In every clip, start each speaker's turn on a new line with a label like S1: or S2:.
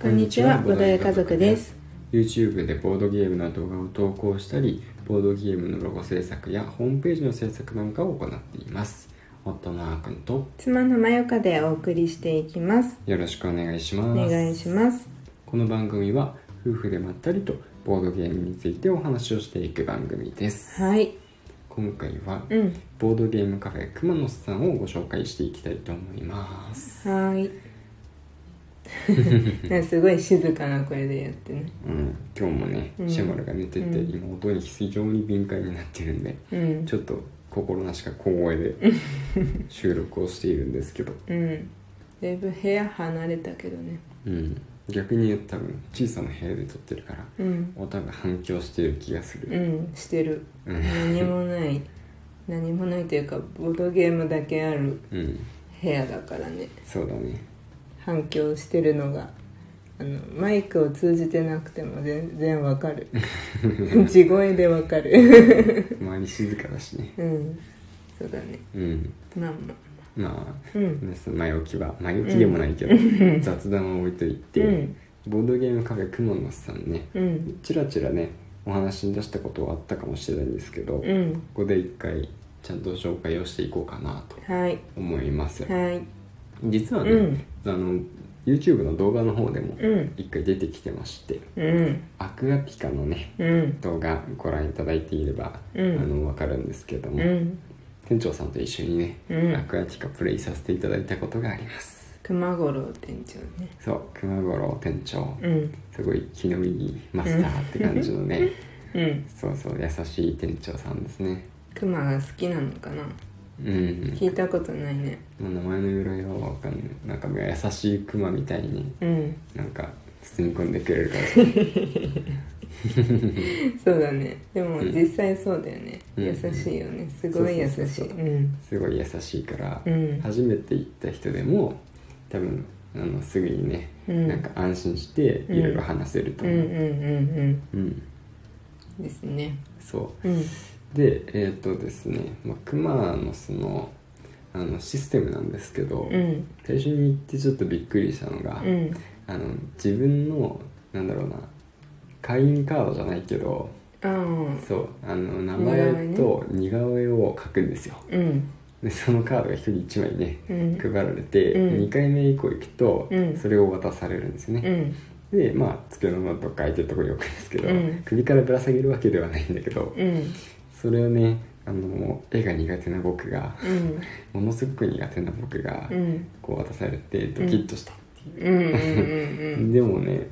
S1: こんにちは、ボドヤ家族です。
S2: YouTube でボードゲームの動画を投稿したり、ボードゲームのロゴ制作やホームページの制作なんかを行っています。夫のあーくんと
S1: 妻のまよかでお送りしていきます。
S2: よろしくお願いしま
S1: お
S2: す。
S1: 願いします。
S2: この番組は夫婦でまったりとボードゲームについてお話をしていく番組です。
S1: はい、
S2: 今回は
S1: うん、
S2: ボードゲームカフェ熊野さんをご紹介していきたいと思いま す。
S1: はーい。なんかすごい静かな声でやってね。
S2: うん、今日もね、
S1: うん
S2: シェマルが寝てて、
S1: うん
S2: 今音に非常に敏感になってるんで、
S1: うん
S2: ち、ょっと心なしか小声で収録をしているんですけど、
S1: うん。だいぶ部屋離れたけどね。
S2: うん、逆に多分小さな部屋で撮ってるから
S1: うん、
S2: 音が反響してる気がす
S1: う
S2: る、
S1: ん、してる。
S2: うん
S1: 何もない。何もないというか、ボードゲームだけある
S2: うん、
S1: 部屋だからね。
S2: そうだね
S1: 反響してるのがあのマイクを通じてなくても全然わか る地声でわかる
S2: 周り静かだしね
S1: うんそうだね
S2: うん
S1: まあまあ
S2: まあ、
S1: うん
S2: 皆さん前置きは前置きでもないけど、雑談は置いといて、
S1: うん
S2: ボードゲームカフェくものさんね
S1: うん
S2: ちらちらねお話に出したことはあったかもしれないんですけど、こ
S1: うん
S2: こで一回ちゃんと紹介をしていこうかなと
S1: はい
S2: 思います、
S1: はい
S2: 実はね、
S1: うん
S2: あの YouTube の動画の方でも
S1: うん
S2: 一回出てきてまして、
S1: うん
S2: アクアピカのね
S1: うん
S2: 動画ご覧いただいていれば、
S1: うん
S2: あの分かるんですけども、
S1: うん
S2: 店長さんと一緒にね、
S1: うん
S2: アクアピカプレイさせていただいたことがあります
S1: 熊五郎店長ね
S2: そう熊五郎店長、
S1: うん
S2: すごい気のいいマスターって感じのね、
S1: うん
S2: そうそう優しい店長さんですね
S1: 熊が好きなのかな
S2: うん
S1: 聞いたことないね
S2: もう名前の由来は分かんないなんか優しいクマみたいに
S1: うん
S2: なんか包み込んでくれる感じ
S1: そうだねでも
S2: うん
S1: 実際そうだよね、
S2: うん
S1: 優しいよねすごい優しい
S2: そうそうそうそう
S1: うん
S2: すごい優しいから、
S1: うん
S2: 初めて行った人でも多分あのすぐにね、
S1: うん
S2: なんか安心していろいろ話せると
S1: うんう
S2: 思
S1: ん
S2: う、
S1: うんうん
S2: うん
S1: ですね。
S2: そ
S1: うん。
S2: うでえっ、とですね、まあ、クマのそのあのシステムなんですけど、
S1: うん。
S2: 最初に行ってちょっとびっくりしたのが、
S1: うん。
S2: あの自分のなんだろうな会員カードじゃないけど
S1: ああ。
S2: そうあの名
S1: 似顔絵
S2: 前
S1: ね
S2: と似顔絵を書くんですよ
S1: うん。
S2: でそのカードが一人一枚ね
S1: うん。
S2: 配られて、
S1: うん
S2: 2回目以降行くと、
S1: うん
S2: それを渡されるんです
S1: う
S2: ね、
S1: ん。
S2: でまあ机の間とか空いてるところに置くんですけど、
S1: うん
S2: 首からぶら下げるわけではないんだけど、
S1: うん。
S2: それをねあの絵が苦手な僕が
S1: うん。
S2: ものすごく苦手な僕が、
S1: うん。
S2: こう渡されてドキッとしたっていう、
S1: うん。うん。
S2: でもね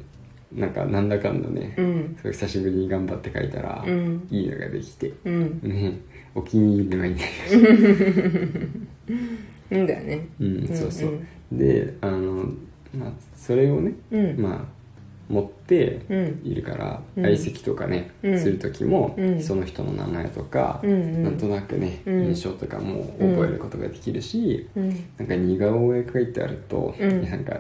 S2: なんかなんだかんだね、
S1: うん。
S2: それ久しぶりに頑張って書いたら、
S1: うん。
S2: いいのができて、
S1: うん。
S2: ねお気に入りの絵になりました
S1: うんだね。
S2: うん、そうそう、であの、まあ、それをね
S1: うん。
S2: まあ、持って
S1: うん。
S2: いるから
S1: うん
S2: 相席とかね、
S1: うん
S2: する時も、
S1: うん
S2: その人の名前とか、
S1: うん。
S2: なんとなくね、
S1: うん
S2: 印象とかも覚えることができるし、
S1: うん。
S2: なんか似顔絵描いてあると、
S1: うん
S2: なんか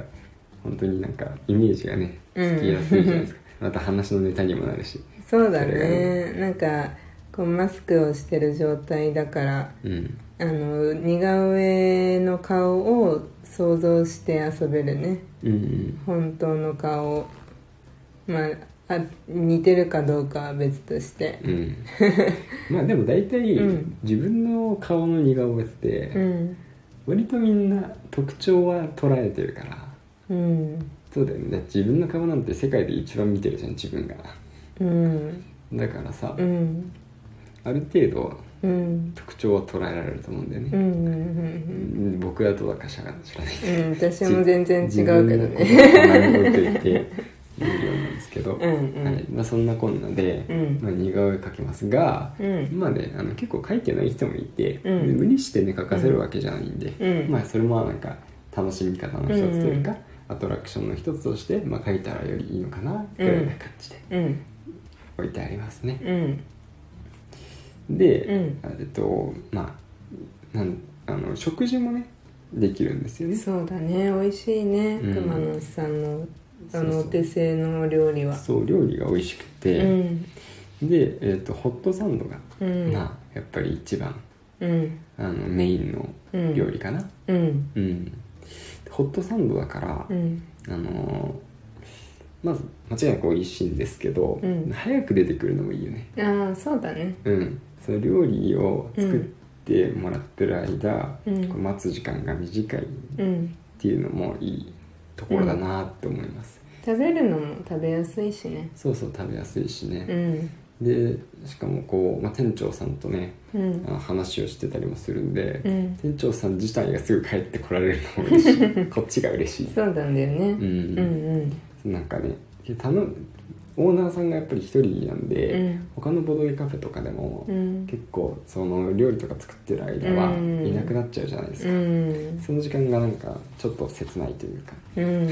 S2: 本当になんかイメージがね
S1: うん
S2: つきやすいじゃないですか、 また話のネタにもなるし、
S1: そうだね。なんか、こうマスクをしてる状態だから、
S2: うん、
S1: あの、似顔絵の顔を想像して遊べるね。
S2: うんうん
S1: 本当の顔まああ似てるかどうかは別として
S2: うん まあでも大体、
S1: うん
S2: 自分の顔の似顔絵って、
S1: うん
S2: 割とみんな特徴は捉えてるから
S1: うん
S2: そうだよねだって自分の顔なんて世界で一番見てるじゃん自分が
S1: うん
S2: だからさ、
S1: うん
S2: ある程度
S1: うんうん
S2: 特徴は捉えられると思うんだよ
S1: うんう
S2: ね、
S1: ん
S2: うん僕だとだか知らない知らない
S1: うん私も全然違うけどね
S2: ね置いといて見るようなんですけど、
S1: うんうん
S2: はいまあ、そんなこんなで、
S1: うん
S2: まあ、似顔絵描きますが、
S1: うん
S2: まあねあの結構描いてない人もいて、
S1: うん
S2: で無理してね描かせるわけじゃないんで、
S1: うん
S2: まあ、それもなんか楽しみ方の一つというか、アトラクションの一つとして、まあ、描いたらよりいいのかなぐらいな感じで
S1: うん
S2: 置いてありますね。
S1: うん
S2: で、
S1: うん
S2: えっとまあなんあの食事もねできるんですよね。
S1: そうだね美味しいね
S2: うん
S1: 熊野さんのあ
S2: そうそ
S1: の
S2: う
S1: お手製のお料理は
S2: そう料理が美味しく
S1: う
S2: て、
S1: ん
S2: で、えー、とホットサンドが、
S1: うん
S2: まあやっぱり一番
S1: うん
S2: あのメインの料理かな
S1: うん
S2: うん、ホットサンドだから、
S1: うん
S2: あのーまず間違いなく美味しいんですけど、
S1: うん
S2: 早く出てくるのもいいよね
S1: ああそうだね
S2: うんその料理を作ってもらってる間、
S1: うん
S2: こう待つ時間が短いっ
S1: うん
S2: ていうのもいいところだなって思います、
S1: 食べるのも食べやすいしね
S2: そうそう食べやすいし
S1: う
S2: ね、
S1: ん
S2: でしかもこう、まあ、店長さんとね
S1: うん
S2: あ話をしてたりもするんで、
S1: うん
S2: 店長さん自体がすぐ帰ってこられるのも嬉 しいこっちが嬉しい
S1: そうなんだよ
S2: う
S1: ね、うん、
S2: ん、
S1: うん
S2: なんかねで頼むオーナーさんがやっぱり一人なんで、
S1: うん
S2: 他のボドゲカフェとかでも、
S1: うん
S2: 結構その料理とか作ってる間は
S1: うん
S2: いなくなっちゃうじゃないです
S1: う
S2: か、
S1: ん
S2: その時間がなんかちょっと切ないというか
S1: うん、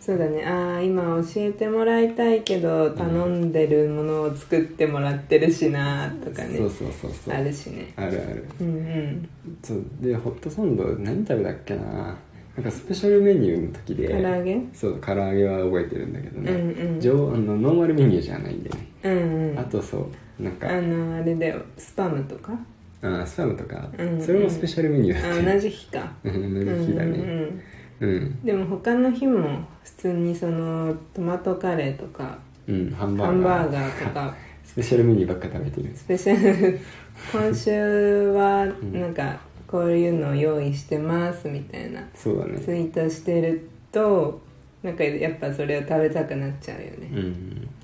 S1: そうだねああ今教えてもらいたいけど頼んでるものを作ってもらってるしなとかね、
S2: そうそうそうそう
S1: あるしね
S2: あるある
S1: うんうん
S2: そうでホットサンド何食べたっけななんかスペシャルメニューの時で
S1: 唐揚げ
S2: そう唐揚げは覚えてるんだけどね、
S1: うんうん
S2: 上あのノーマルメニューじゃないんでね、
S1: うんうん
S2: あとそうなんか
S1: あのあれだよスパムと か
S2: あースパムとか、
S1: うんうん
S2: それもスペシャルメニューだ
S1: あ
S2: ね
S1: 同じ日か
S2: うん同
S1: うん
S2: じ日だ
S1: うん
S2: ね
S1: うん
S2: うん、
S1: でも他の日も普通にそのトマトカレーとか
S2: うん、ハンバ
S1: ハ
S2: ー
S1: ン
S2: ガ
S1: バ
S2: ー
S1: ーガーとか
S2: スペシャルメニューばっか食べてる
S1: スペシャ ル今週はなんかこういうのを用意してますみたいな
S2: そうだ
S1: ツイ
S2: ね
S1: ートしてるとなんかやっぱそれを食べたくなっちゃうよね
S2: うん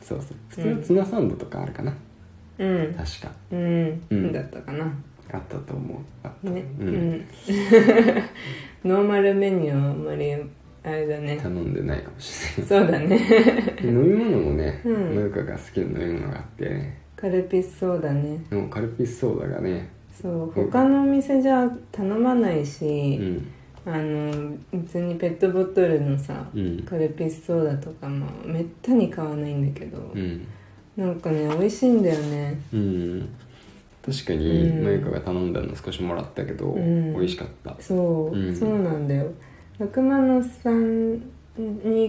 S2: そうそう普通のツナサンドとかあるかな、
S1: うん
S2: 確か
S1: うん、
S2: うん
S1: だったかな
S2: あったと思うあった、
S1: ね
S2: う
S1: うんん、 ノーマルメニューはあんまりあれだね
S2: 頼んでないかもしれ
S1: そうだね
S2: ないで飲み物もね
S1: うん
S2: 農家、が好きな飲み物があってね
S1: カルピスそうだね
S2: でもカルピスソーダがね
S1: そう他のお店じゃ頼まない
S2: うん
S1: し、あの別にペットボトルのさ、
S2: うん
S1: カルピスソーダとかもめったに買わないんだけど、
S2: うん、
S1: なんかね美味しいんだよね
S2: うん、確かに
S1: うん
S2: 農家が頼んだの少しもらったけど、
S1: うん
S2: 美味しかった
S1: そう、
S2: うん
S1: そうなんだよ六魔のさんに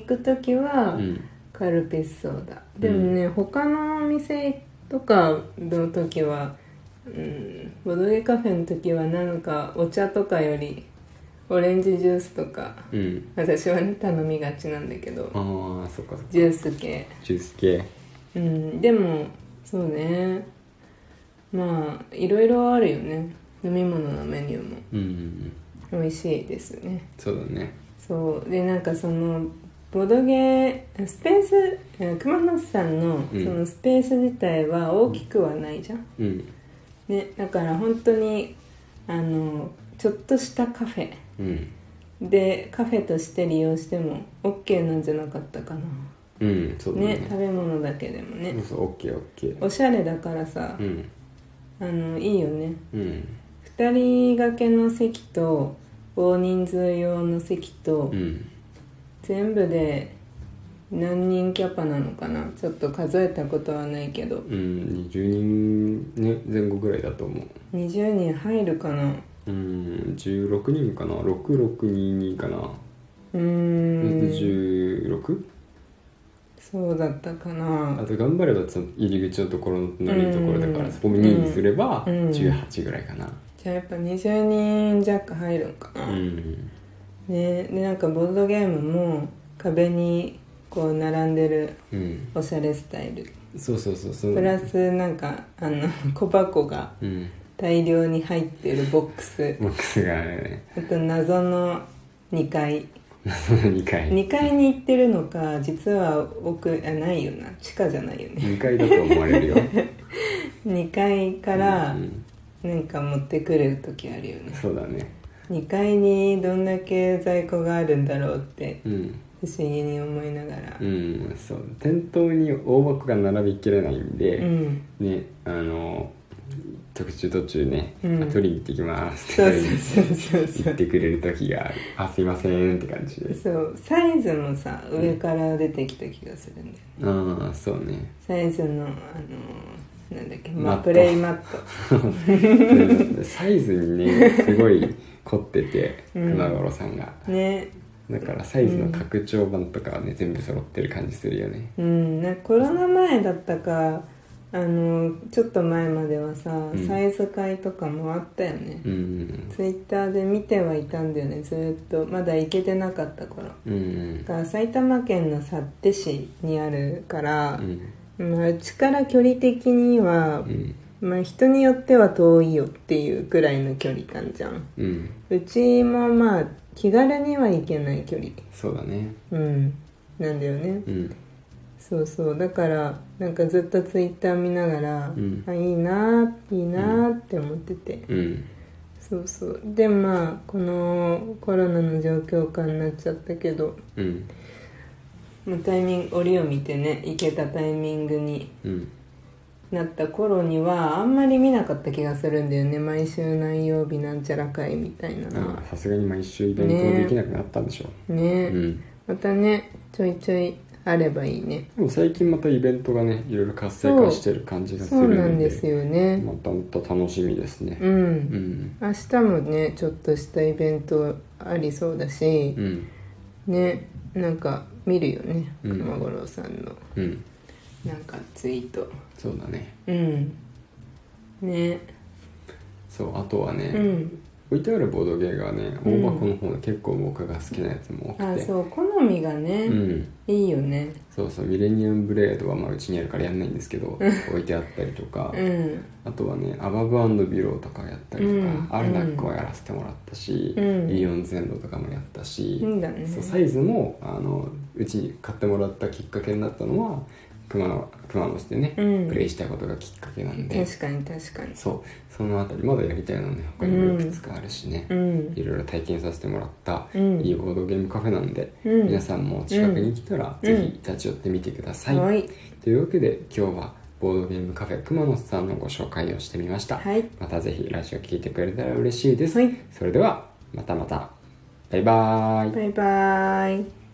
S1: 行く時は、
S2: うん
S1: カルピスソーダでもね、他のお店とかの時は、うん、ボドゲカフェの時はなんかお茶とかよりオレンジジュースとか
S2: うん
S1: 私はね頼みがちなんだけど
S2: ああそっかそっか
S1: ジュース系
S2: ジュース系
S1: うんでもそうねまあいろいろあるよね飲み物のメニューも
S2: うんうんうん
S1: 美味しいですね
S2: そうだね
S1: そうでなんかそのボドゲースペースえー熊松さんの
S2: う
S1: そ
S2: ん
S1: のスペース自体は大きくはないじゃん、
S2: うん
S1: ね、だから本当にあのちょっとしたカフェ
S2: うん
S1: でカフェとして利用しても OK なんじゃなかったかな
S2: うんそうだね
S1: ね食べ物だけでも
S2: そう
S1: ね
S2: そうオッケーオッケー
S1: おしゃれだからさ
S2: う、ん
S1: あのいいよね
S2: うん
S1: 2人掛けの席と大人数用の席と、
S2: うん
S1: 全部で何人キャパなのかなちょっと数えたことはないけど
S2: うん20人ね前後ぐらいだと思う
S1: 20人入るかな
S2: うん16人かな6622かな
S1: うーん
S2: 16?
S1: そうだったか
S2: あ
S1: な
S2: と頑張ればその入り口のところの乗りのところだか
S1: う
S2: ら
S1: ん
S2: そこも2にすれば
S1: うん
S2: 18ぐらいかな
S1: じゃあやっぱ20人弱入るんかな、
S2: うん
S1: ねでなんかボードゲームも壁にこう並んでる
S2: うん
S1: おしゃれスタイル
S2: そうそうそうそう
S1: プラスなんかあの小箱が
S2: うん
S1: 大量に入ってるボックス
S2: ボックスがあるね
S1: あと謎の2階
S2: 謎の2階
S1: 2階に行ってるのか実は奥あないよな地下じゃないよね
S2: 2階だと思われ るよ
S1: 2階か
S2: う
S1: ら
S2: ん
S1: なんか持ってくる時あるよね
S2: そうだね
S1: 2階にどんだけ在庫があるんだろうって
S2: うん
S1: 不思議に思いながら
S2: うんそう店頭に大箱が並びきれないんで、
S1: うん
S2: ねあの特注途中ね、
S1: うん
S2: あ取りに行ってきます
S1: そう
S2: って
S1: そうそうそ
S2: 言っ
S1: う
S2: てくれる時があるあすいませんって感じで
S1: そうサイズもさ上から出てきた気がするんだよ
S2: ああそうね
S1: サイズのあのーなんだっけ
S2: マット
S1: プレイマット
S2: サイズにねすごい凝ってて
S1: うん
S2: 熊五郎さんが、
S1: ね
S2: だからサイズの拡張版とかはね全部揃ってる感じするよね
S1: うん、なんかコロナ前だったかあのちょっと前まではさ、
S2: ん
S1: サイズ会とかもあったよね、
S2: うん
S1: ツイッターで見てはいたんだよねずっとまだ行けてなかった頃
S2: うんうん
S1: が埼玉県の幸手市にあるから
S2: う、ん
S1: まあうちから距離的には
S2: う、ん
S1: まあ、人によっては遠いよっていうくらいの距離感じゃん
S2: うん
S1: うちもまあ気軽には行けない距離
S2: そうだね
S1: うんなんだよね
S2: うん
S1: そうそうだからなんかずっとツイッター見ながら、
S2: ん
S1: あいいなあいいなあって思ってて、
S2: うん
S1: そうそうでまあこのコロナの状況下になっちゃったけど
S2: うん
S1: まあタイミング折を見てね行けたタイミングに
S2: うん
S1: なった頃にはあんまり見なかった気がするんだよね毎週何曜日なんちゃら会みたいなのは
S2: あさすがに毎週イベントはできなくなったんでしょう、
S1: ね、
S2: うん
S1: またねちょいちょいあればいいね
S2: でも最近またイベントがねいろいろ活性化してる感じがす
S1: そ
S2: る
S1: うん
S2: で
S1: なんですよね
S2: またまた楽しみですね
S1: うん、
S2: うん
S1: 明日もねちょっとしたイベントありそうだし
S2: う、ん
S1: ねなんか見るよね
S2: うん
S1: 熊五郎さんの
S2: うん
S1: なんかツイート
S2: そうだね
S1: うんね
S2: そうあとはね、
S1: うん
S2: 置いてあるボードゲームがね
S1: う
S2: 大
S1: ん
S2: 箱の方で結構僕が好きなやつも多く
S1: あ
S2: て、
S1: そう好みがね、
S2: うん
S1: いいよね
S2: そうそうミレニアムブレードはまあうちにあるからやんないんですけど置いてあったりとか、
S1: うん
S2: あとはね「アバブビロー」とかやったりとか、
S1: うん
S2: アルダックはやらせてもらったし、
S1: うん
S2: イオンゼンドとかもやったし、
S1: いいんだね
S2: そうサイズもあのうちに買ってもらったきっかけになったのは熊野熊野市でね、
S1: うん
S2: プレイしたことがきっかけなんで
S1: 確かに確かに
S2: そうそのあたりまだやりたいのね他にもいくつかあるしね、
S1: うん
S2: いろいろ体験させてもらった、
S1: うん
S2: いいボードゲームカフェなんで、
S1: うん
S2: 皆さんもお近くに来たら、
S1: うん
S2: ぜひ立ち寄ってみてください、
S1: はい
S2: というわけで今日はボードゲームカフェ熊野さんのご紹介をしてみました、
S1: はい
S2: またぜひラジオ聞いてくれたら嬉しいです、
S1: はい
S2: それではまたまたバイバーイ
S1: バイバイ